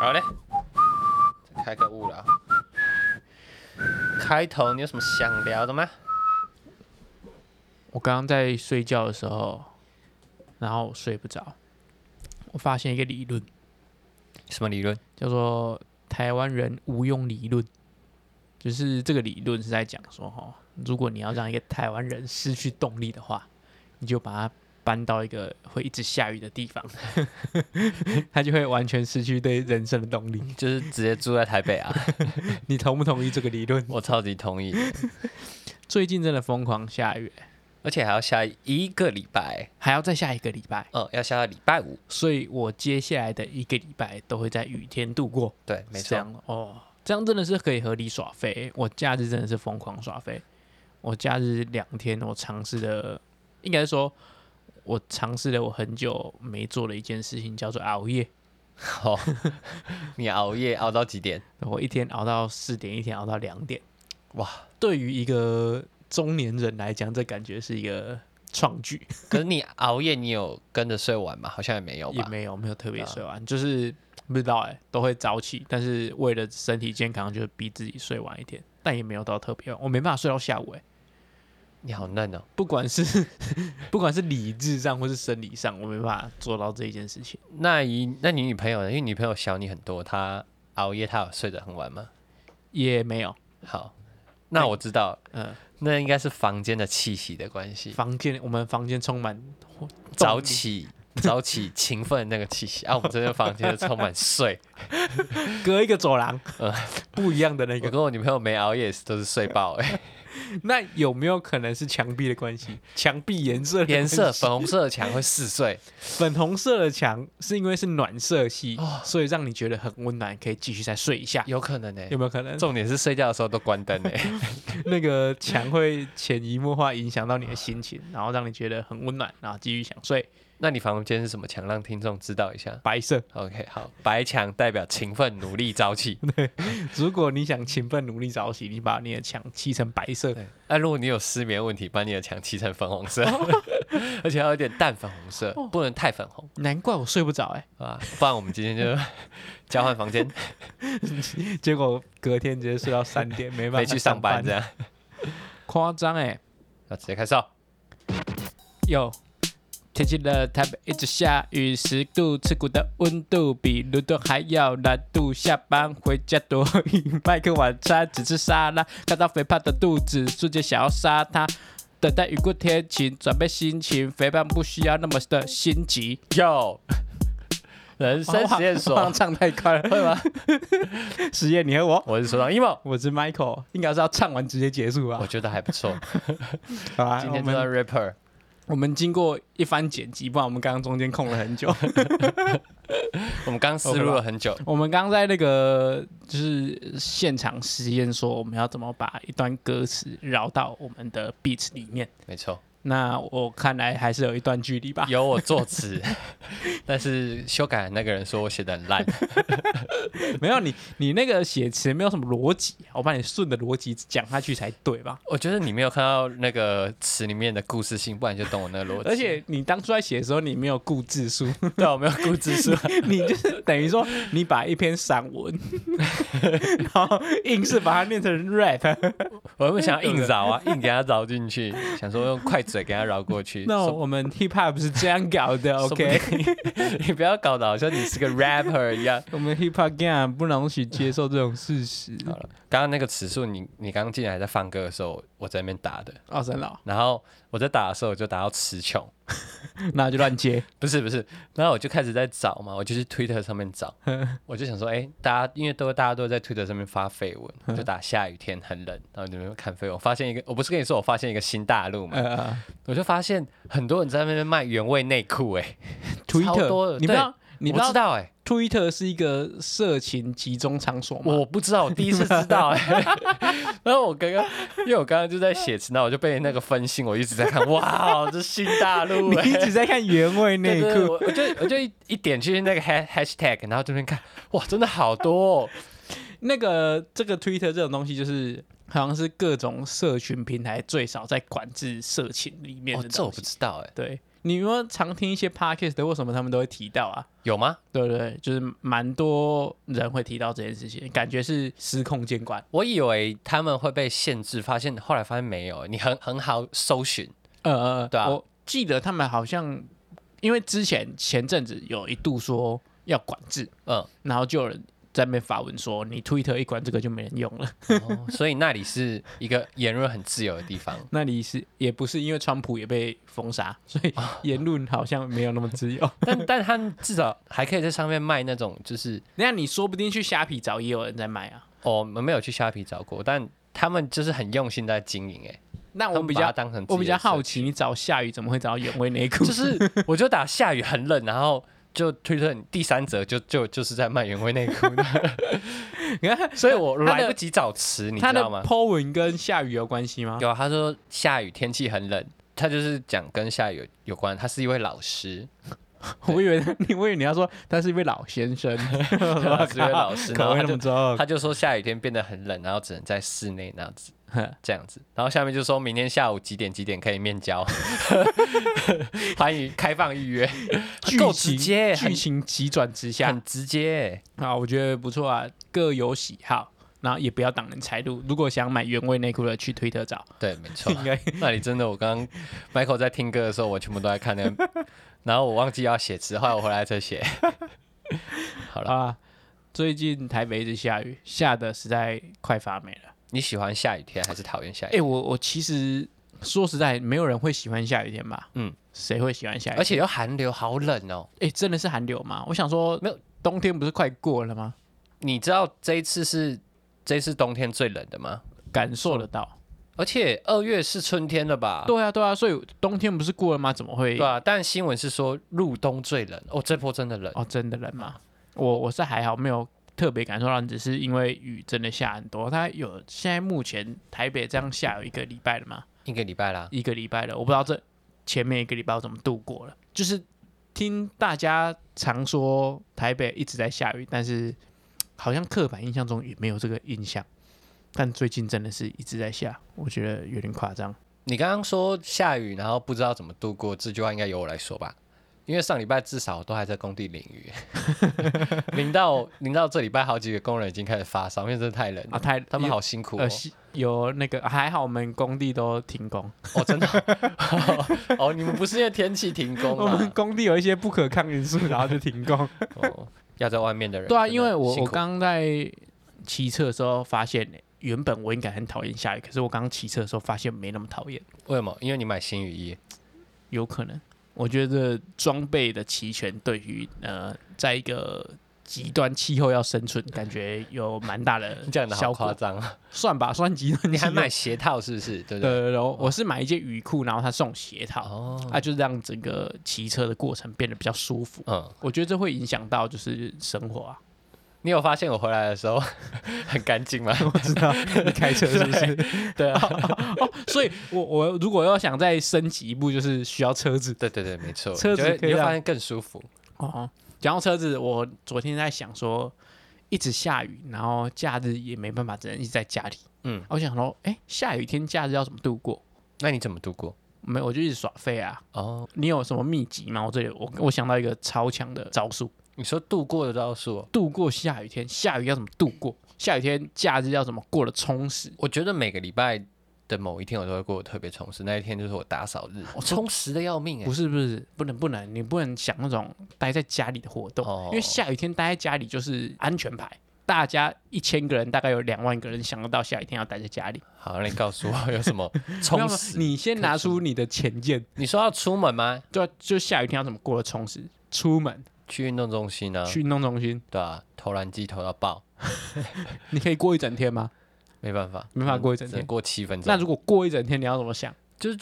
好嘞，再开个勿扰。开头你有什么想聊的吗？我刚刚在睡觉的时候，然后睡不着，我发现一个理论什么理论？叫做“台湾人无用理论”，就是这个理论是在讲说，哈，如果你要让一个台湾人失去动力的话，你就把他搬到一个会一直下雨的地方， 他就会完全失去对人生的动力。就是直接住在台北 啊，你同不同意这个理论？我超级同意，最近真的疯狂下雨，而且还要下一个礼拜，还要再下一个礼拜，嗯，要下到礼拜五。所以我接下来的一个礼拜都会在雨天度过。对，没这错。样哦，这样真的是可以合理耍费。我假日真的是疯狂耍费，我假日两天我尝试的，应该说，我尝试了我很久没做的一件事情，叫做熬夜。好， 你熬夜熬到几点？我一天熬到四点，一天熬到两点。哇，对于一个中年人来讲，这感觉是一个创举，可是你熬夜，你有跟着睡完吗？好像也没有也吧。啊没有没有特别睡完，就是不知道哎、都会早起，但是为了身体健康，就是逼自己睡晚一点，但也没有到特别晚，我没办法睡到下午哎、你好嫩哦。不管是 不管是理智上或是生理上，我没办法做到这一件事情。那以那你女朋友呢？因为女朋友小你很多，她熬夜，她有睡得很晚吗？也没有，好，那我知道了，嗯，那应该是房间的气息的关系，房间我们房间充满动力早，起。早起勤奋的那个气 息啊，我们这边房间就充满 睡。隔一个走廊，嗯 不一样的那我个。跟我女朋友没熬夜也是都是睡爆、 欸，那有没有可能是墙壁的关系？呃墙壁颜色的颜色关系粉红色的墙会嗜睡，粉红色的墙是因为是暖色系，哦所以让你觉得很温暖，可以继续再睡一下。 有可能呢、欸有没有可能？重点是睡觉的时候都关灯呢、 欸，那个墙会潜移默化影响到你的心情，然后让你觉得很温暖，然后继续想睡。那你房间是什么墙？让听众知道一下。白色， OK，好，白墙代表勤奋、努力、早起。如果你想勤奋努力早起，你把你的墙漆成白 色，对，那、如果你有失眠问题，把你的墙漆成粉红色， 而且要有点淡粉红色，不能太粉红难怪我睡不着哎、啊，不然我们今天就交换房间， 结果隔天直接睡到三点，没办 没法去上班这样样。夸张哎！那直接开始哦。哟，天气热，台北一直下雨，十度刺骨的温度比伦敦还要难度。下班回家躲雨， 麦克晚餐只吃沙拉，看到肥胖的肚子，瞬间想要杀它。等待雨过天晴，转变心情，肥胖不需要那么的心急。哟，人生实验哇哇所，唱太快了，会吗？实验，你和我。我是所长 emo，我是 Michael，应该是要唱完直接结束我吧？觉得还不错。好啊，今我天就到们 rapper，我们经过一番剪辑，不然我们刚刚中间空了很久。我们刚思路了很久， 我们刚刚在那个就是现场实验，说我们要怎么把一段歌词绕到我们的 beat 里面。没错，那我看来还是有一段距离吧。由我作词， 但是修改的那个人说我写的很烂， 没有你，你那个写词没有什么逻辑，我把你顺着逻辑讲下去才对吧？我觉得你没有看到那个词里面的故事性，不然你就懂我那个逻辑。而且啊你当初在写的时候，你没有顾字数，对我没有固执是吧？你就是等于说，你把一篇散文， 然后硬是把它念成 rap。 我们想要 硬饶啊，硬给他饶进去，想说用快嘴给他饶过去。那说我们 hip hop 是这样搞的说不定 ，OK？你不要搞得好像你 是个 rapper 一样。我们 hip hop gang 不容许接受这种事实。好了，刚刚那个词数，你你刚刚进来在放歌的时候，我在那边打的，哦，真的哦、然后我在打的时候我就打到词穷，那就乱 接。不是不是，然后我就开始在找嘛，我就去 Twitter 上面 找，我就想说，哎、大家因为都大家都在 Twitter 上面发绯闻，我就打下雨天很冷，然后你们看绯闻，我发现一个，我不是跟你说我发现一个新大陆嘛，呃我就发现很多人在那边卖原味内裤、哎。超多的，Twitter，你不知道，你不我知道哎、 Twitter 是一个色情集中场所吗？我不知道，我第一次知 道哎、然后我刚刚，因为我刚刚就在写词，那我就被那个分心，我一直在 看，哇，这新大陆哎、 你一直在看原味对内对对裤，我我就我就一一点去那个 hash hashtag，然后这边 看，哇，真的好多、哦，那个这个 Twitter 这种东西就是。好像是各种社群平台最少在管制色情里面哦的这我东不西，知道哎、对你有没有常听一些 podcast 的？为什么他们都会提到啊？有吗？对不对？就是蛮多人会提到这件事情，感觉是司空见惯我以为他们会被限制，发现后来发现没有，欸你很很好搜寻。呃呃，对啊我记得他们好像因为之前前阵子有一度说要管制，嗯，然后就有人在那边发文说，你 Twitter 一管这个就没人用了。 哦所以那里是一个言论很自由的地方。那里是也不是因为川普也被封杀，所以言论好像没有那么自由。 但但他们至少还可以在上面卖那种，就是 那你说不定去虾皮找也有人在卖啊。哦，我们没有去虾皮找过，但他们就是很用心在经营。哎，那他我们比把它较当成我比较好奇，奇，你找下雨怎么会找到原味内裤？ 就是 我就打下雨很冷，然后就推特第三则就就就是在卖原味内裤的， 你看所以我他的来不及找词，你他知的道吗？ po 文跟下雨有关系吗？有啊，他说下雨天气很冷，他就是讲跟下雨有有关。他是一位老师， 我以为你，我以为你要说他是一位老先 生，他是一位老 师，然口后味他那么就重。他就说下雨天变得很冷，然后只能在室内那样子这样子。然后下面就说明天下午几点几点可以面 交，欢迎开放预 约，剧够情直接，剧很情急转直下很直接。啊，我觉得不错啊，各有喜好，然后也不要挡人财路。如果想买原味内裤的，去推特找。对，没错 应该。那里真的，我刚刚 Michael 在听歌的时候，我全部都在看那个，然后我忘记要写词，后来我回来再写。好了，啊，最近台北一直下雨，下的实在快发霉了。你喜欢下雨天还是讨厌下雨哎、天？我我其实说实在，没有人会喜欢下雨天吧？嗯嗯，谁会喜欢下雨天？而且又寒流，好冷哦。哎、真的是寒流吗？我想说，没有，冬天不是快过了吗？你知道这一次是这一次冬天最冷的吗？感受得到。而且二月是春天了吧？对啊，对啊，所以冬天不是过了吗？怎么会？对啊，但新闻是说入冬最冷哦，这波真的冷。哦，真的冷吗？我我是还好，没有特别感受到，只是因为雨真的下很多。它有现在目前台北这样下有一个礼拜了嘛，一个礼拜啦，一个礼拜了，我不知道这前面一个礼拜我怎么度过了。就是听大家常说台北一直在下雨，但是嘖好像刻板印象中也没有这个印象。但最近真的是一直在下，我觉得有点夸张。你刚刚说下雨，然后不知道怎么度过，这句话应该由我来说吧，因为上礼拜至少都还在工地淋雨， 淋到淋到这礼拜好几个工人已经开始发烧，因为真的太冷啊，了，太他们好辛苦哦有呃，，西有那个还好，我们工地都停工，哦真的哦哦，你们不是因为天气停工啊 我们吗？工地有一些不可抗因素，然后就停工。哦，要在外面的人 对啊，真的因为我辛我苦刚在骑车的时候发现，原本我应该很讨厌下雨，可是我刚骑车的时候发现没那么讨厌，为什么？因为你买新雨衣，有可能。我觉得装备的齐全对于呃，在一个极端气候要生存，感觉有蛮大的你讲的效好夸果。张 啊，算吧，算极端。你还买？鞋套是不是？对不对？对对对，我我是买一件雨裤，然后他送鞋套，哦，啊，就是让整个骑车的过程变得比较舒服。嗯，我觉得这会影响到就是生活啊。你有发现我回来的时候很干净吗？ 我知道你开车是不是？ 对啊，哦所以我我如果要想再升级一步，就是需要车子对对对，没错，车子你就会可以你会让发现更舒服。哦。讲到车子，我昨天在想说，一直下雨，然后假日也没办法，只能一直在家里。嗯，我想说，哎、下雨天假日要怎么度过？那你怎么度过？没有，我就一直耍废啊。哦，你有什么秘籍吗？我这里我我想到一个超强的招数，你说度过的招数哦，度过下雨天。下雨要怎么度过？下雨天假日要怎么过得充实？我觉得每个礼拜的某一天我都会过得特别充实，那一天就是我打扫日，我充实的要命哎哦不。是不是，不能不能，你不能想那种待在家里的活动，哦因为下雨天待在家里就是安全牌。大家一千个人，大概有两万个人想得到下雨天要待在家里。好，那你告诉我有什么 没充有实？你先拿出你的浅见，你说要出门吗？对啊，就下雨天要怎么过得充实？出门去运动中心呢？去运动中心，对啊，投篮机投到爆，你可以过一整天吗？没办法，嗯没办法过一整只天能。过七分钟。那如果过一整天，你要怎么想？就是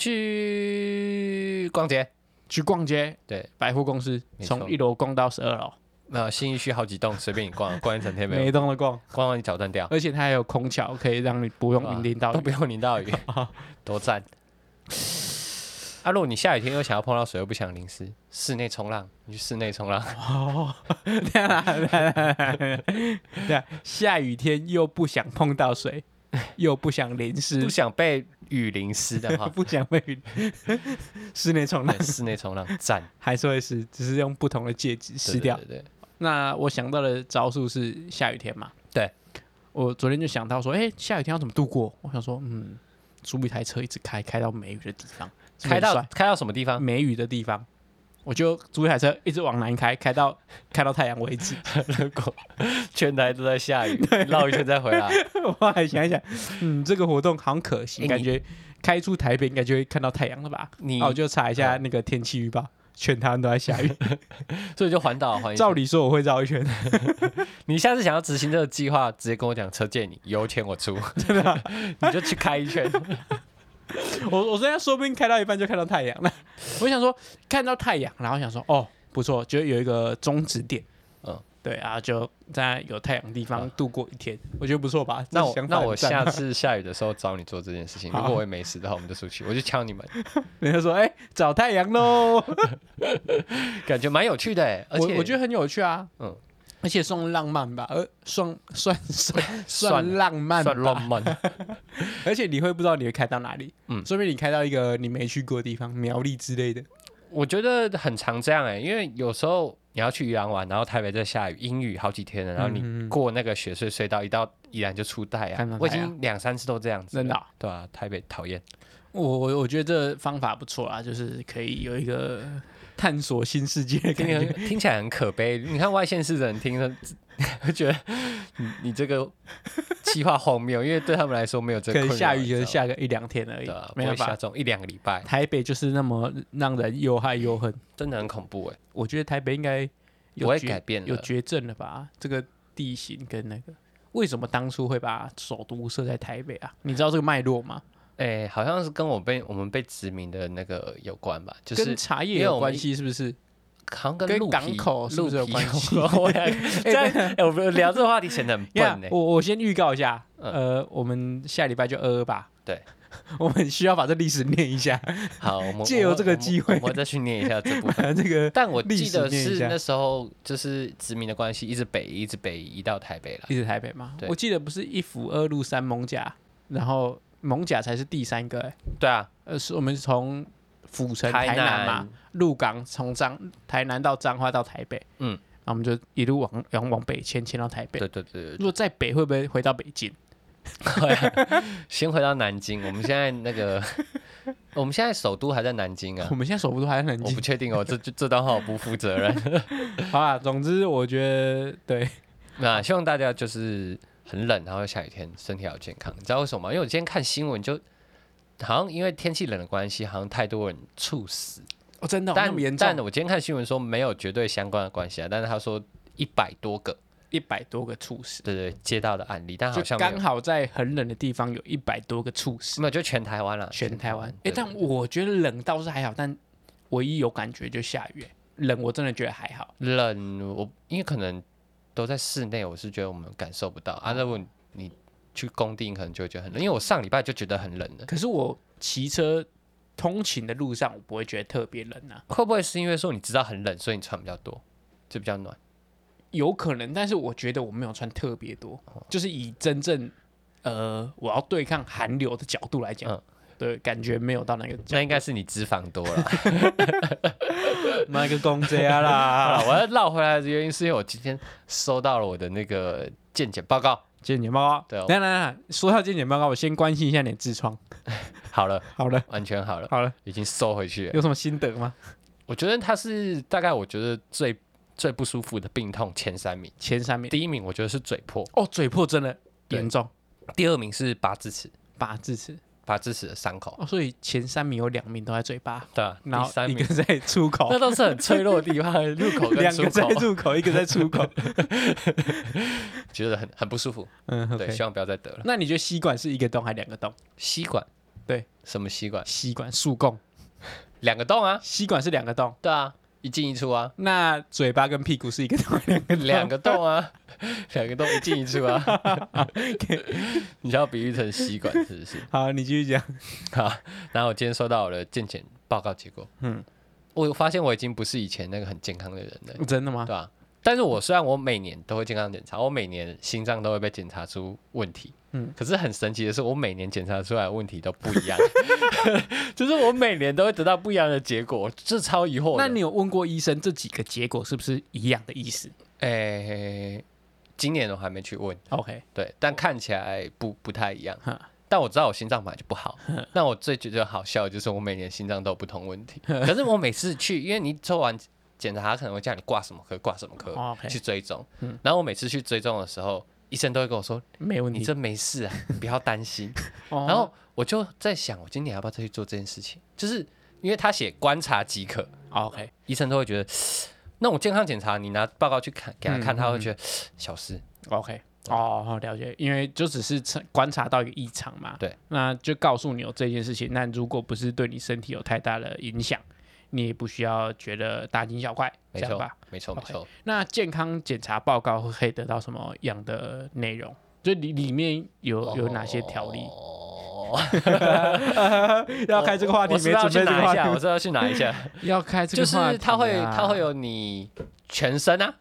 去逛街，去逛街，对，百货公司，没错从一楼逛到十二楼，那新一区好几栋，随便你逛，逛一整天没有每，一栋都逛，逛到你脚断掉，而且它还有空调，可以让你不哇用淋到都雨。不用淋到 雨，多赞！啊，如果你下雨天又想要碰到水又不想淋湿，室内冲浪，你去室内冲浪，哦， 对啊， 对啊，下雨天又不想碰到水，又不想淋湿不，想被雨淋湿的 话，不讲被雨室内冲浪对，室内冲浪 赞，还是会湿，只是用不同的介质对湿掉。对对对那我想到的招数是下雨天嘛？对，我昨天就想到说，哎、下雨天要怎么度过？我想说，嗯，租一台车一直开，开到没雨的地方，是不是开很到帅嗯开到什么地方？没雨的地方，我就租一台车一直往南开，开到 开到太阳为止。如果全台都在下雨，绕一圈再回来， 我后来想一想，嗯，这个活动好像可惜，哎感你觉开出台北应该就会看到太阳了吧？你那我就查一下那个天气预报，全台湾都在下 雨。所以就环 岛环一圈照理说我会绕一圈，你下次想要执行这个计划，直接跟我讲，车借你，油钱我 出，真啊的、 你就去开一圈。我我昨天说不定开到一半就看到太阳了， 我想说看到太阳，然后想说哦不错，就有一个终止点，嗯嗯，对啊，就在有太阳的地方嗯度过一天，我觉得不错吧？那这我想法那我很赞 啊下次下雨的时候找你做这件事情。好如果我也没事的话，我们就出去，我就敲你们，人家说哎、找太阳喽，感觉蛮有趣的欸。而我且我觉得很有趣啊，嗯嗯，而且算浪漫吧，呃，算 算算算算浪漫吧，算浪漫， 而且你会不知道你会开到哪里，嗯，嗯说不定你开到一个你没去过的地方，苗栗之类的，我觉得很常这样哎，因为有时候你要去宜兰玩，然后台北在下雨，阴雨好几天了，然后嗯嗯你嗯过那个雪隧隧道，一到宜兰就出带看到啊太阳。我已经两三次都这样子了，真的啊对啊，台北讨 厌。我我我觉得这方法不错啦，啊就是可以有一个探索新世界的听感起 觉来。听起来很可悲。你看外县市的人听 了，会觉得你你这个计划荒谬，因为对他们来说没有这个可能困扰下雨就是你知道吗下个一两天而已对啊，，没不会办下法。这种一两个礼拜，台北就是那么让人又爱又恨。真的很恐怖哎，我觉得台北应该不有会绝改变有了。绝症了吧？这个地形跟那个，为什么当初会把首都设在台北啊？你知道这个脉络吗？哎，好像是跟我被我们被殖民的那个有关吧，就是跟茶叶因为有我们关系是不是？好像跟跟鹿皮港口是不鹿是皮有关系 有关我 俩这样，哎，我们聊这个话题显得很呀笨哎，啊我我先预告一下，呃，我们下礼拜就二二吧。嗯对， 我们需要把这历史念 一下，好，我们借由我们这个我们机会我们再去念一下这部 分。把这个但我历记史得念一是下那时候就是殖民的关系，一直北移，一直北移，移到台北了。一直台北嘛。对我记得不是一府二路三艋甲，然后艋甲才是第三个、欸。对啊，呃，是我们是从府城台台南嘛南，鹿港从彰台南到彰化到台北，嗯嗯，那我们就一路往往往北迁，迁到台北。对对对，如果在北会不会回到北京？ 先回到南京，我们现在那个， 我们现在首都还在南京啊我，们现在首都还在南我京不。确定哦，这这这段话我不负责任。 好啦，总之我觉得对，那希望大家就是很冷，然后下雨天身体要健康，你知道为什么吗？因为我今天看新闻就。好像因为天气冷的关系，好像太多人猝死。哦，真的、哦、那么但严但重，我今天看新闻说没有绝对相关的关系啊，但是他说一百多个，一百多个猝死，对对，接到的案例，但好就像没有刚好在很冷的地方有一百多个猝死。没有，就全台湾了，全台湾。哎、对但我觉得冷倒是还好，但唯一有感觉就下雨、欸冷我真的觉得还好。冷，我因为可能都在室内，我是觉得我们感受不到啊。如果你去工地，你可能就会觉得很冷，因为我上礼拜就觉得很冷了。可是我骑车通勤的路上，我不会觉得特别冷啊。会不会是因为说你知道很冷，所以你穿比较多，就比较暖？有可能，但是我觉得我没有穿特别多，哦就是以真正呃我要对抗寒流的角度来讲，嗯对，感觉没有到那个那应该是你脂肪多 了。 那个公家好 啦。了，我要绕回来的原因是因为我今天收到了我的那个健检报告。健检报告，对哦当然说到健检报告，我先关心一下你的 痔疮。好了，好了，完全好了，好了，已经收回 去了。有什么心得吗？我觉得它是大概我觉得最最不舒服的病痛前三名，前三名第一名我觉得是嘴破，哦，嘴破真的对严重，第二名是拔智齿，拔智齿。拔智齿的伤口。哦，所以前三名有两名都在嘴巴，对啊，然第后三一个名，在出口 那，都是很脆弱的地方，入口跟两出个在口，入口，一个在 出口。觉得很很不舒服。嗯对， ，OK。希望不要再得了。那你觉得吸管是一个洞还是两个洞？吸管，对，什么吸管？吸管竖供，两个洞啊，吸管是两个洞。对啊，一进一出啊，那嘴巴跟屁股是一个洞还是两个洞？ 两个洞啊， 两个洞一进一出啊。 你想要比喻成吸管是不是？ 好，你继续讲。好，然后我今天收到我的健检报告结果，嗯，我发现我已经不是以前那个很健康的人了，真的吗对？吧、但是我虽然我每年都会健康检查，我每年心脏都会被检查出问题，嗯，可是很神奇的是，我每年检查出来的问题都不一样， 就是我每年都会得到不一样的结果，这超疑惑的。那你有问过医生这几个结果是不是一样的意思哎、今年我还没去问， ？OK，对，但看起来不不太一样哦哼。但我知道我心脏本来就不好，那我最觉得好笑的就是我每年心脏都有不同问题，可是我每次去，因为你做完检查，他可能会叫你挂什么科挂什么科、哦，OK 嗯去追踪，然后我每次去追踪的时候，医生都会跟我说没问题。你这没 事啊，你不要担心。哦然后我就在想，我今年要不要再去做这件事情？就是因为他写观察即可， OK，医生都会觉得，那种健康检查你拿报告去看给他看，嗯他会觉得 小事。 OK，哦，了解，因为就只是测观察到一个异常嘛，对，那就告诉你有这件事情。那如果不是对你身体有太大的影响，你也不需要觉得大惊小怪，没这样错吧？，没错，没 OK 错。那健康检查报告会可以得到什么样的内容？就里里面有有哪些条例？哦，要开这个话题，我没知道要准去备这个拿一下，话我题，知道要去拿一下。要开 这就个是话题啊、他会，他会有你全身啊，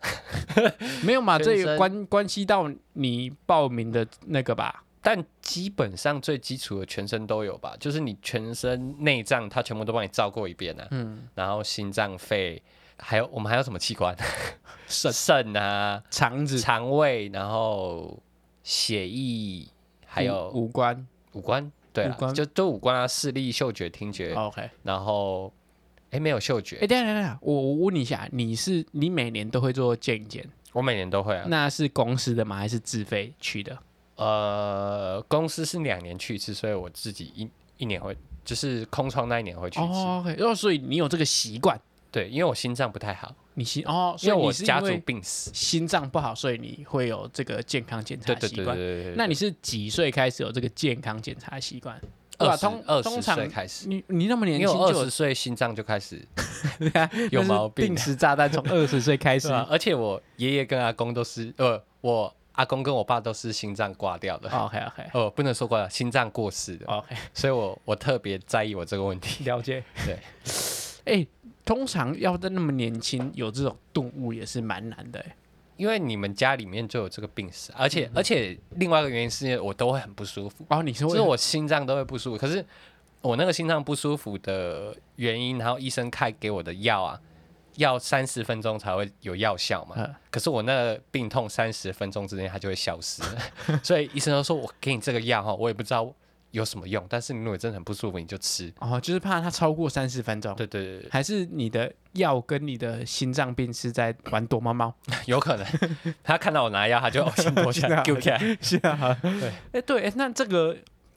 没有嘛？全这也身关关系到你报名的那个吧？但基本上最基础的全身都有吧，就是你全身内脏，它全部都帮你照过一遍啊。嗯，然后心脏、肺，还有我们还有什么器 官？肾肾啊，肠子、肠胃，然后血液，还有五官。五官，对五啊，官就都五官啊，视力、嗅觉、听觉， OK。然后哎没有嗅哎、觉，等一下等一下等一下，我我问你一下，你是你每年都会做健检，我每年都会啊。那是公司的吗？还是自费去的？呃，公司是两年去一次，所以我自己一一年会，就是空窗那一年会去一次。哦，OK，哦，所以你有这个习惯，对对，因为我心脏不太好，你心哦，因所为以我你是家因族为病史。心脏不好，所以你会有这个健康检查对对习对对惯。对对。那你是几岁开始有这个健康检查习惯？对吧？二十通二通十常岁开始，你你那么年因轻为我就二有十岁心脏就开始有 那是毛病定时炸 弹从 二十岁开始是吧？而且我爷爷跟阿公都是，呃，我阿公跟我爸都是心脏挂掉的， OK OK 哦，不能说挂掉，心脏过世的， OK，所以我我特别在意我这个问题。了解。 对，哎、通常要在那么年轻有这种顿悟也是蛮难的、欸。因为你们家里面就有这个病史，而嗯且、而且另外一个原因是因为我都会很不舒服，哦，你是就会是我心脏都会不舒服。可是我那个心脏不舒服的原因，然后医生开给我的药啊，要三十分钟才会有药效嘛。嗯可是我那个病痛三十分钟之内它就会消失， 所以医生都说我给你这个药哈，我也不知道有什么用，但是你如果真的很不舒服，你就吃。哦，就是怕它超过三十分钟，对对对对，还是你的药跟你的心脏病是在玩躲猫猫？有可能 他看到我拿药，他就哦先 躲起知道来，丢起来。是啊，对，对哎、对，哎、那这个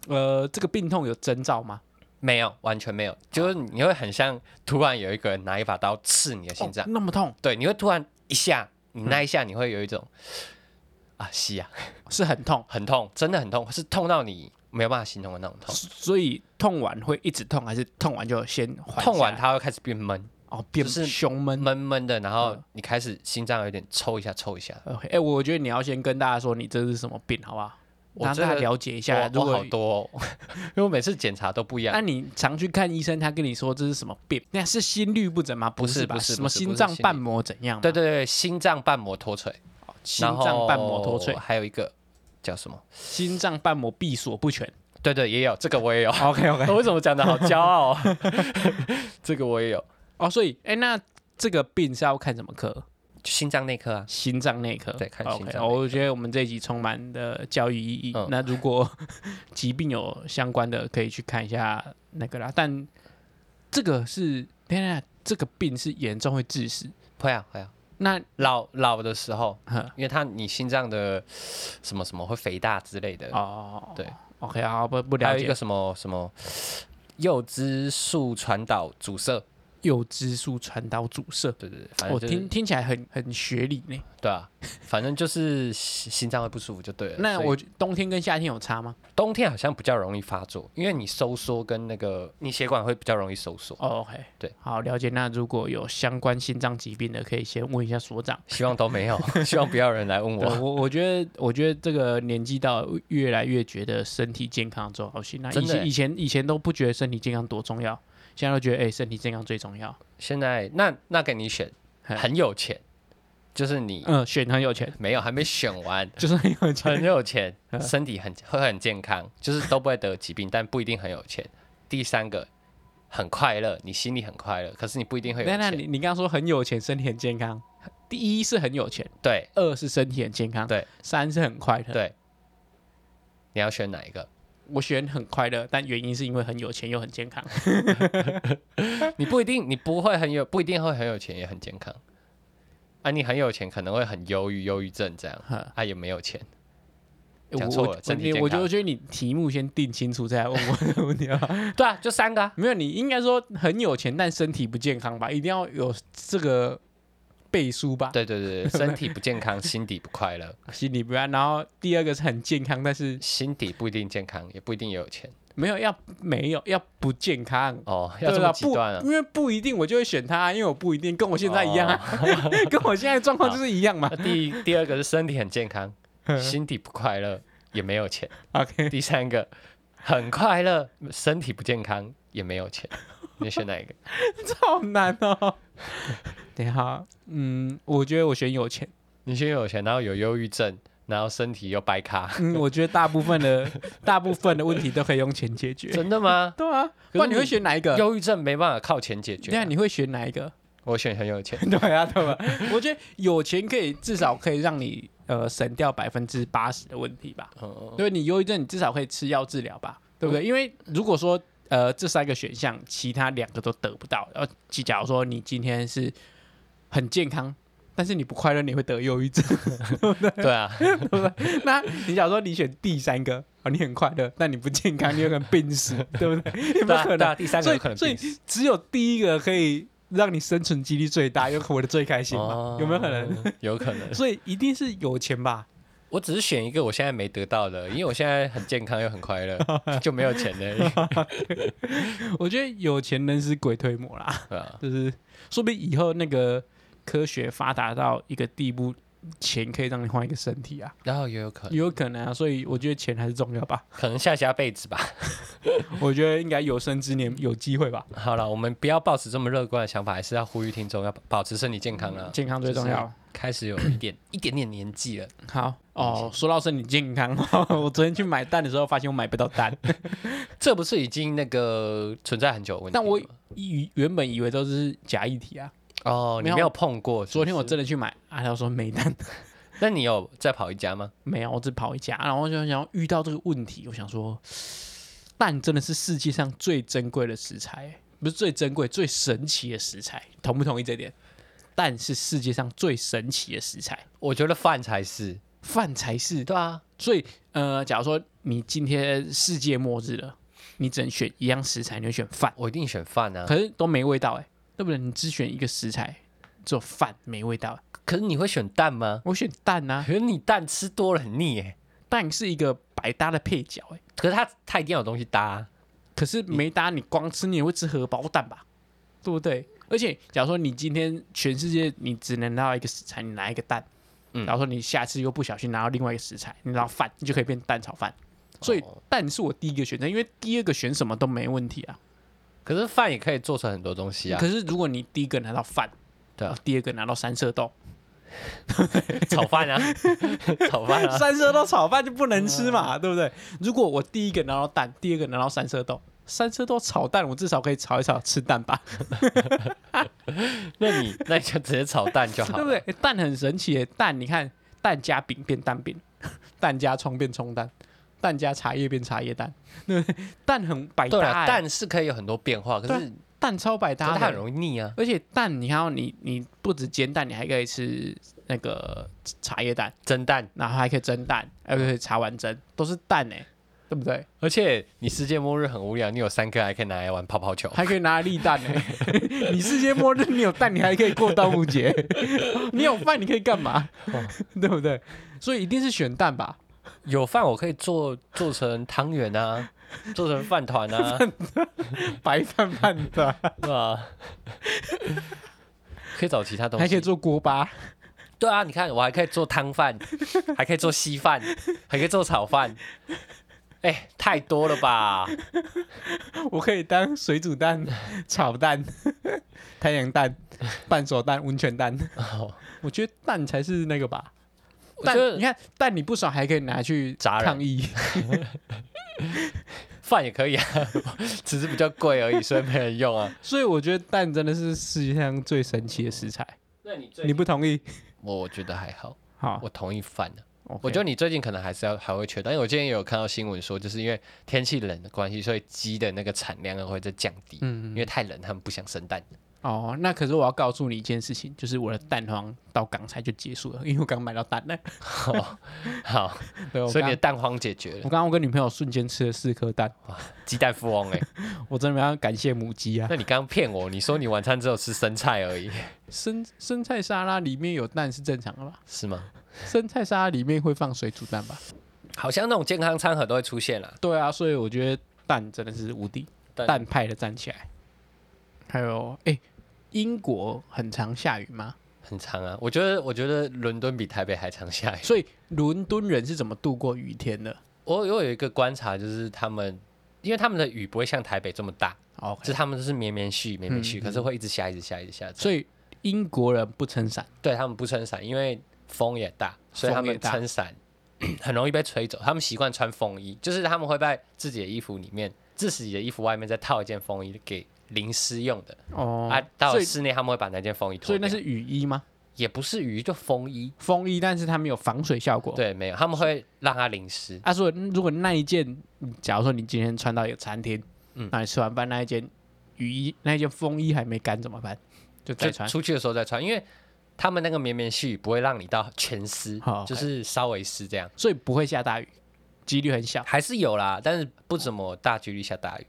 呃，这个病痛有征兆吗？没有，完全没有，就是你会很像突然有一个人拿一把刀刺你的心脏，哦、那么痛，对，你会突然一下，你嗯那一下你会有一种、啊，吸啊，是很痛，很痛，真的很痛，是痛到你没有办法形容的那种痛。所以痛完会一直痛，还是痛完就先缓痛完下来它会开始变闷，哦变就是胸闷闷闷的，然后嗯你开始心脏有点抽一下，抽一下。 OK，哎、我觉得你要先跟大家说你这是什么病，好不好？我让这个大家了解一下我。如我果好多、哦， 因为我每次检查都不一那样。你常去看医生，他跟你说这是什么病？那是心律不整吗？不是是吧？不是什不么是心不是脏心律瓣膜怎样嘛？对对对，心脏瓣膜脱垂，哦，心然脏后瓣膜脱 垂，还有一个叫什么？心脏瓣膜闭锁不全。对对，也有这个我 也有。 OK OK，我为什么讲的好骄傲、啊哦？ 这个我也有，哦，所以哎、那这个病是要看什么科？心脏内科啊。心脏内科。对看 OK，心脏哦内科我觉得我们这一集充满的教育意义。嗯那如果 疾病有相关的，可以去看一下那个啦。但这个是，等一下这个病是严重会致死。会啊会啊，那老老的时候，呵因为他你心脏的什么什么会肥大之类的，哦，对，OK，好，不不还了有一解个。什么什么右支素传导阻塞，右支素传导阻塞，对对对，反我正、就是、听听起来很很学理呢。对啊，反正就是心心脏会不舒服就对了。那所以我冬天跟夏天有差吗？冬天好像比较容易发作，因为你收缩跟那个你血管会比较容易收缩，哦，OK，对，好了解。那如果有相关心脏疾病的，可以先问一下所长。希望都没 有，希望不要有人来问对我。我我觉得，我觉得这个年纪到越来越觉得身体健康重要性。那啊以真的前欸以前以前都不觉得身体健康多重要，现在都觉得哎、身体健康最重要。现在那那给你选，嘿很有钱就是你、嗯，选很有钱，没有还没选完，就是很有钱。很有钱， 嗯身体很会很健康，就是都不会得疾病， 但不一定很有钱。第三个，很快乐，你心里很快乐，可是你不一定会有那那钱。你你刚刚说很有钱，身体很健康，第一是很有钱，对二是身体很健康，对，三是很快乐。对，你要选哪一个？我选很快乐，但原因是因为很有钱又很健康。你不一定，你不会很有，不一定会很有钱，也很健康。啊，你很有钱可能会很忧郁，忧郁症这样。呵啊，也没有钱，我讲我错了我身体健我我觉康得我觉得你题目先定清楚再来问我的问题啊。对啊，就三个、啊。没有，你应该说很有钱但身体不健康吧？一定要有这个背书吧？对对 对，对身体不健康，心底不快乐，心理不安。然后第二个是很健康，但是心底不一定健康，也不一定有钱。没有要没有要不健康。哦，对要这么啦极端啊不，？因为不一定我就会选他，啊因为我不一定跟我现在一样啊，哦 跟我现在的状 况就是一样嘛那。第一第二个是身体很健 康，心底不快乐，也没有钱。 OK，第三个很快乐，身体不健康，也没有钱。你选哪一个？ 这好难哦。等一下啊，嗯，我觉得我选有钱。你先有钱，然后有忧郁症，然后身体又掰 咖，嗯，我觉得大部分的大部分的问题都可以用钱解决。真的吗？对啊，不然你会选哪一个？忧郁症没办法靠钱解决对啊，啊、你会选哪一个？我选很有钱。 对啊，对吧？我觉得有钱可以至少可以让你呃省掉百分之八十的问题吧。嗯，对你忧郁症，你至少可以吃药治疗吧，对不对？因为如果说呃这三个选项，其他两个都得不到，然后假如说你今天是很健康，但是你不快乐，你会得忧郁症。 对啊，那你假如说你选第三个，哦，你很快乐，但你不健康，你有可能病 死，对不对？ 对有没有啊，可对啊，能？第三个所以有可能所以病死只有第一个可以让你生存几率最大，又活得最开心嘛？有没有可能？？哦有可 能。所以一定是有钱吧？我只是选一个我现在没得到的，因为我现在很健康又很快乐，就没有钱了。我觉得有钱能使鬼推磨啦， 对啊，就是说不定以后那个科学发达到一个地步，钱可以让你换一个身体啊，然后也有可能，也有可能啊。所以我觉得钱还是重要吧。可能下下辈子吧。我觉得应该有生之年有机会吧，好了，我们不要抱持这么乐观的想法，还是要呼吁听众要保持身体健康啊。健康最重要。开始有一点 一点点年纪了，好哦，说到身体健康， 我昨天去买蛋的时候发现我买不到蛋，这不是已经那个存在很久的问题吗？但我以原本以为都是假议题啊。哦，你没有没有碰过是不是昨天我真的去买，阿廖说没蛋，那你有再跑一家吗？没有，我只跑一家，然后我就想要遇到这个问题，我想说，蛋真的是世界上最珍贵的食材，不是最珍贵、最神奇的食材，同不同意这点？蛋是世界上最神奇的食材，我觉得饭才是。饭才是。对啊，所以，呃，假如说你今天世界末日了，你只能选一样食材，你就选饭，我一定选饭啊。可是都没味道哎、对不对？你只选一个食材，只有饭没味道、欸可是你会选蛋吗？我选蛋啊，可是你蛋吃多了很腻耶。蛋是一个百搭的配角哎、可是它它一定要有东西搭啊、可是没搭你光吃，你也会吃荷包蛋吧？对不对？而且，假如说你今天全世界你只能拿到一个食材，你拿一个蛋，嗯然后说你下次又不小心拿到另外一个食材，你拿到饭，你就可以变蛋炒饭。所以哦蛋是我第一个选择，因为第二个选什么都没问题啊。可是饭也可以做成很多东西啊可，是如果你第一个拿到饭，对啊然后第二个拿到三色 豆，炒饭啊， 炒饭啊，三色豆炒饭就不能吃嘛，对不对？嗯如果我第一个拿到蛋，第二个拿到三色豆，三色豆炒蛋，我至少可以炒一炒吃蛋吧。那你 那你就直接炒蛋就好对了，不对？欸蛋很神奇耶，蛋你看，蛋加饼变蛋饼，蛋加葱变葱蛋，蛋加茶叶变茶叶蛋，对不对？蛋很百对搭啊，耶，蛋是可以有很多变化，可对啊是蛋超百可搭是的，它很容易腻啊。而且蛋你看到你你不止煎蛋，你还可以吃那个茶叶蛋，蒸蛋，然后还可以蒸蛋，还可以茶碗蒸，都是蛋哎，对不对？而且你世界末日很无聊，你有三颗还可以拿来玩泡泡球。还可以拿来立蛋哎，你世界末日你有蛋，你还可以过端午节， 你有饭你可以干嘛？ 对不对？所以一定是选蛋吧。 有饭我可以做做成汤圆 啊，做成饭团啊，白饭饭的， 对吧？可以找其他东还可以西。做锅巴，对 啊，你看我还可以做汤饭，还可以做稀饭，还可以做炒饭，哎、太多了 吧？我可以当水煮蛋、 炒蛋、 太阳蛋、半熟蛋、温泉蛋。哦我觉得蛋才是那个吧。我觉蛋得，你看蛋你不爽还可以拿去炸人抗议，饭也可以啊， 只是比较贵而已，所以没人用啊。所以我觉得蛋真的是世界上最神奇的食材。那你最你不同意？我我觉得还好，好，我同意饭的、 OK 我觉得你最近可能还是要还会缺，但是我今天也有看到新闻说，就是因为天气冷的关系，所以鸡的那个产量会在降低，嗯因为太冷，他们不想生蛋。 哦，那可是我要告诉你一件事情，就是我的蛋黄到刚才就结束了，因为我刚买到蛋了。哦好，对，我所以你刚的蛋荒解决了我，刚刚跟女朋友瞬间吃了四颗蛋，鸡蛋富翁哎、我真的要感谢母鸡啊！ 那你刚刚骗我，你说你晚餐只有吃生菜而已， 生生菜沙拉里面有蛋是正常的吧？是吗？生菜沙拉里面会放水煮蛋吧？好像那种健康餐盒都会出现啦，对啊，所以我觉得蛋真的是无敌，但蛋派的站起来。还有，哎、英国很常下雨吗？很长啊。我觉得，我觉得伦敦比台北还常下雨。所以伦敦人是怎么度过雨天的我我有一个观察，就是他们，因为他们的雨不会像台北这么大，哦？OK，就是他们都是绵绵续、绵绵续，嗯可是会一直下、一直下、一直下。所以以英国人不撑伞。对他们不撑伞，因为风也大，所以他风也们大撑伞很容易被吹走。他们习惯穿风衣，就是他们会在自己的衣服里面，自己的衣服外面再套一件风衣给淋湿用的。哦啊，到所了以室内他们会把那件风衣脱掉，所以那是雨衣吗？也不是雨，就风衣。风衣，但是它没有防水效果。，对，没有，他们会让它淋湿。啊，所以如果那一件，嗯假如说你今天穿到一个餐厅，嗯嗯，那你吃完饭那一件雨衣，那一件风衣还没干怎么办？就再就穿。出去的时候再穿，因为他们那个绵绵细雨不会让你到全湿好，就是稍微湿这样，所以不会下大雨，几率很小。还是有啦，但是不怎么大几率下大雨。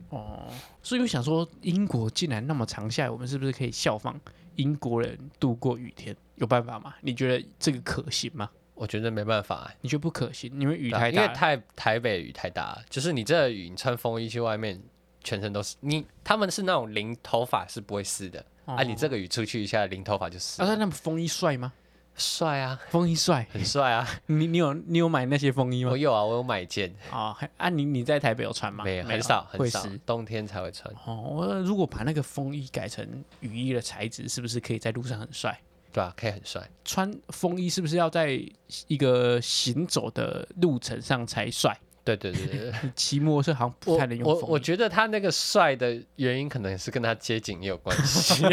所以我想说，英国竟然那么常下雨，我们是不是可以效仿英国人度过雨天？有办法吗？你觉得这个可行吗？我觉得没办法、欸，你觉得不可行，因为雨对啊太因为大了。台台北雨太大了，就是你这雨你穿风衣去外面，全身都是。你他们是那种淋头发是不会湿的、哦啊，你这个雨出去一下淋头发就湿啊，那了，那么风衣帅吗？帅啊，风衣帅，很帅啊！ 你你有你有买那些风衣吗我？有啊，我有买一 件，啊，还啊，你你在台北有穿吗？没有，很少会很少湿。，冬天才会穿。哦，我如果把那个风衣改成雨衣的材质，是不是可以在路上很帅？对啊，可以很帅。穿风衣是不是要在一个行走的路程上才帅？对对对对对，你骑摩托车好像 不我太能用我风我衣觉得他那个帅的原因，可能是跟他街景也有关 系。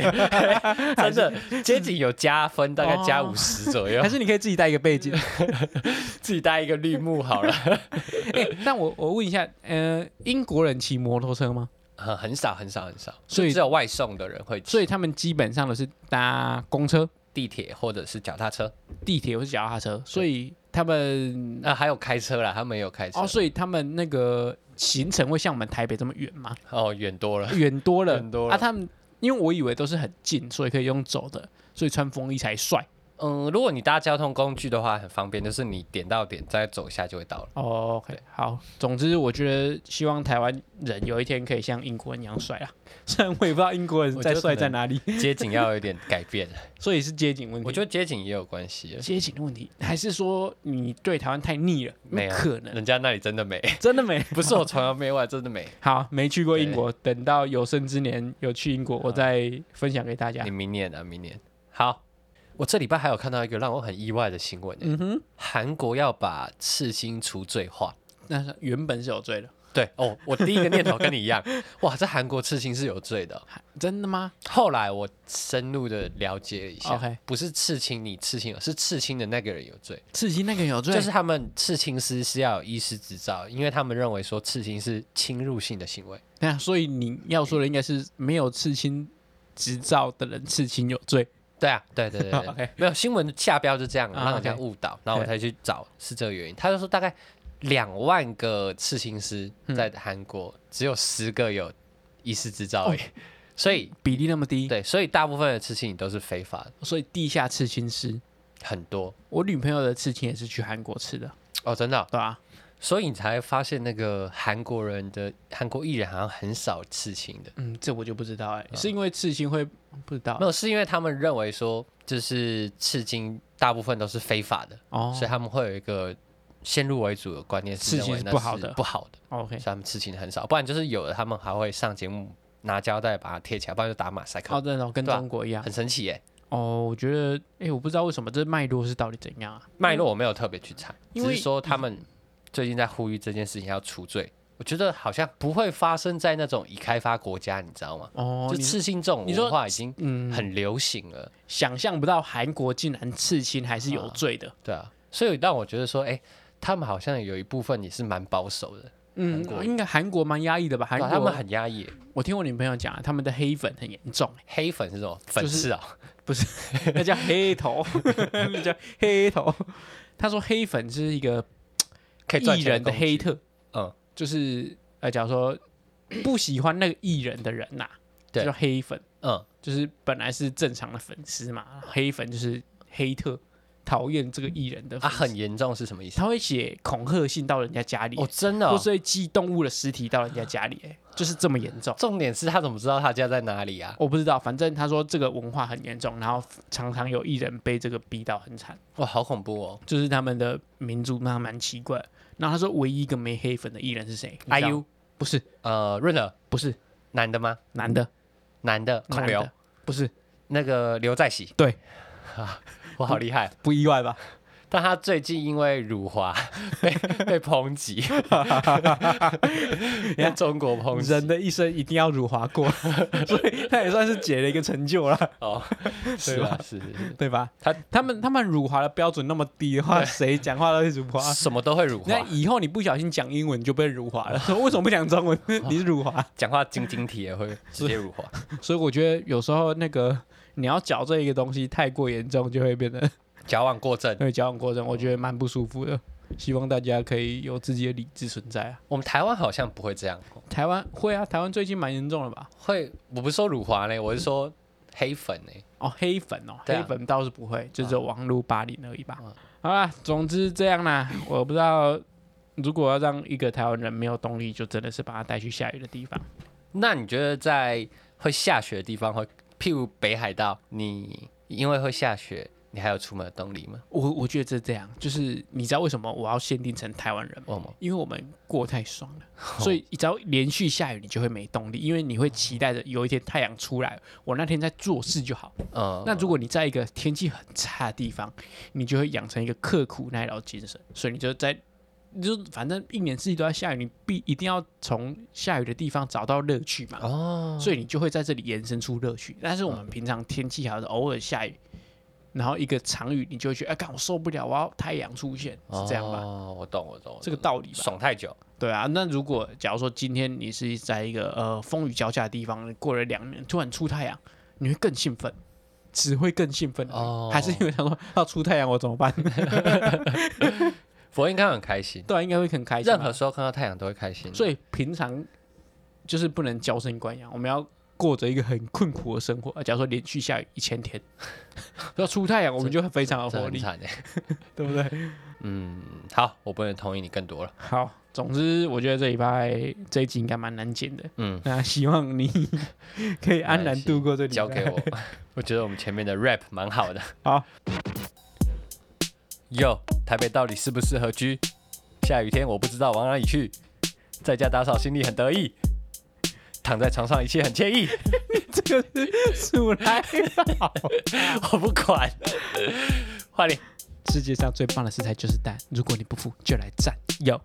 真的，街景有加分，大概加哦五十左右还。是你可以自己带一个背景。 自己搭一个绿幕好了，欸但我我问一下，呃，英国人骑摩托车吗？很很少很少很少，所以就只有外送的人会骑，所以他们基本上都是搭公车、地铁或者是脚踏车，地铁或是脚踏车，所以他们哦那还有开车啦，他们也有开车哦，所以他们那个行程会像我们台北这么远吗？哦，远多了。 远多了，远多了啊！他们因为我以为都是很近，所以可以用走的，所以穿风衣才帅嗯，如果你搭交通工具的话，很方便，就是你点到点再走一下就会到了。哦。OK，好，总之我觉得希望台湾人有一天可以像英国人一样帅啊， 虽然我也不知道英国人我觉在得帅可能在哪里，街景要有一点改变， 所以是街景问题。我觉得街景也有关系。街景的问题，还是说你对台湾太腻了？没有可能，人家那里真的美， 真的 没。不是我崇洋媚外，真的 美。好，没去过对英国，等到有生之年有去英国，我再分享给大家你。明年啊，明年好。我这礼拜还有看到一个让我很意外的新闻、欸，嗯哼，韩国要把刺青除罪化。那是原本是有罪的，对哦，我第一个念头跟你一样， 哇，在韩国刺青是有罪的哦。真的吗？后来我深入的了解了一下 OK 不是刺青你刺青，是刺青的那个人有罪。刺激那个有罪，就是他们刺青师是要有医师执照，因为他们认为说刺青是侵入性的行为。那所以你要说的应该是没有刺青执照的人刺青有罪。对啊，对对对对 OK 没有新闻下标就这样，啊让人家 OK 误导，然后我才去找是这个原因。他就说大概两万个刺青师在韩国，只有十个有医师执照哦而已，所以比例那么低，对，所以大部分的刺青你都是非法的，所以地下刺青师，很多我女朋友的刺青也是去韩国刺的，哦，真的哦、对吧、所以你才发现那个韩国人的韩国艺人好像很少刺青的，嗯，这我就不知道哎、是因为刺青会不知道没有，是因为他们认为说就是刺青大部分都是非法的，哦所以他们会有一个先入为主的观念是事认情为是那不好的不好的， OK，所以他们事情很少。不然就是有的他们还会上节目拿胶带把它贴起来，不然就打马赛克，哦，对哦，跟对啊中国一样。很神奇耶、哦，我觉得，哎，我不知道为什么这脉络是到底怎样啊？脉络我没有特别去查，只因为是说他们最近在呼吁这件事情要除罪。我觉得好像不会发生在那种已开发国家，你知道吗？哦，就你刺青这种你说文化已经嗯，很流行了，想象不到韩国竟然刺青还是有罪的。对啊，所以让我觉得说，哎、他们好像有一部分也是蛮保守的，嗯韩，国应该韩国蛮压抑的吧？韩对啊国他们很压抑。我听我女朋友讲啊，他们的黑粉很严重，黑粉是什么粉就是刺啊？ 那叫黑头，那叫黑头。他说黑粉是一个可以赚艺钱人的工具黑特，嗯，就是呃，假如说不喜欢那个艺人的人呐、对就叫黑粉，嗯，就是本来是正常的粉丝嘛，黑粉就是黑特，讨厌这个艺人的啊，粉丝，很严重是什么意思？他会写恐吓信到人家家里，哦，真的哦、或是会寄动物的尸体到人家家里、哎，就是这么严重。重点是他怎么知道他家在哪里啊？我不知道，反正他说这个文化很严重，然后常常有艺人被这个逼到很惨，哇，好恐怖哦！就是他们的民族那蛮奇怪。然后他说唯一一个没黑粉的艺人是谁你知道？IU 不是呃，润了，不是男的吗？男的，男的，孔男刘的，不是那个刘在熙， 对啊，我好厉害。不意外吧？但他最近因为辱华 被被抨击，被中国抨击人的啊一生一定要辱华 过，所以他也算是解了一个成就了，哦， 是啊，是是是，对吧？他他们他们辱华的标准那么低的话，谁讲话都会辱华。什么都会辱 那华，以后你不小心讲英文就被辱华了， 说为什么不讲中 文？你是辱华。讲话晶晶体也会直接辱华。所以我觉得有时候那个你要矫正一个东西太过严重，就会变得矫枉过正。会矫枉过正，我觉得蛮不舒服的。希望大家可以有自己的理智存在啊。我们台湾好像不会这样，台湾会啊，台湾最近蛮严重了吧？会我不是说辱华嘞，我是说黑粉嘞。哦，黑粉哦，对啊黑粉倒是不会，就只有网络霸凌而已吧嗯。好啦，总之这样啦。我不知道，如果要让一个台湾人没有动力，就真的是把他带去下雨的地方。那你觉得在会下雪的地方会，譬如北海道，你因为会下雪，你还有出门的动力吗？我我觉得这这样，就是你知道为什么我要限定成台湾人吗？我吗？因为我们过太爽了，所以只要连续下雨，你就会没动力，因为你会期待着有一天太阳出来，我那天在做事就好。嗯，那如果你在一个天气很差的地方，你就会养成一个刻苦耐劳精神，所以你就在，你就反正一年四季都在下雨，你必一定要从下雨的地方找到乐趣嘛。哦，所以你就会在这里延伸出乐趣。但是我们平常天气好的，偶尔下雨，然后一个长雨，你就会觉得哎，干我受不了，我要太阳出现，是这样吧？哦，我懂，我懂，我懂这个道理吧。爽太久，对啊，那如果假如说今天你是在一个呃风雨交加的地方，过了两年突然出太阳，你会更兴奋，只会更兴奋而已哦还是因为他说要出太阳我怎 么办？我应该很开心。对、啊，应该会很开心吧。任何时候看到太阳都会开心。所以以平常就是不能娇生惯养，我们要过着一个很困苦的生活。啊假如说连续下雨一千天， 要出太阳，我们就会非常有这活很力，惨哎。对不对？嗯，好，我不能同意你更多了。好，总之我觉得这礼拜这一集应该蛮难剪的。嗯，那希望你 可以安然度过这礼拜。交给我。 我觉得我们前面的 rap 蛮好的。 好。哟，台北到底适不适合居？下雨天我不知道往哪里去，在家打扫心里很得意，躺在床上一切很惬意。 这个是鼠来 宝。我不管， 换你。世界上最棒的食材就是蛋，如果你不服就来战。有。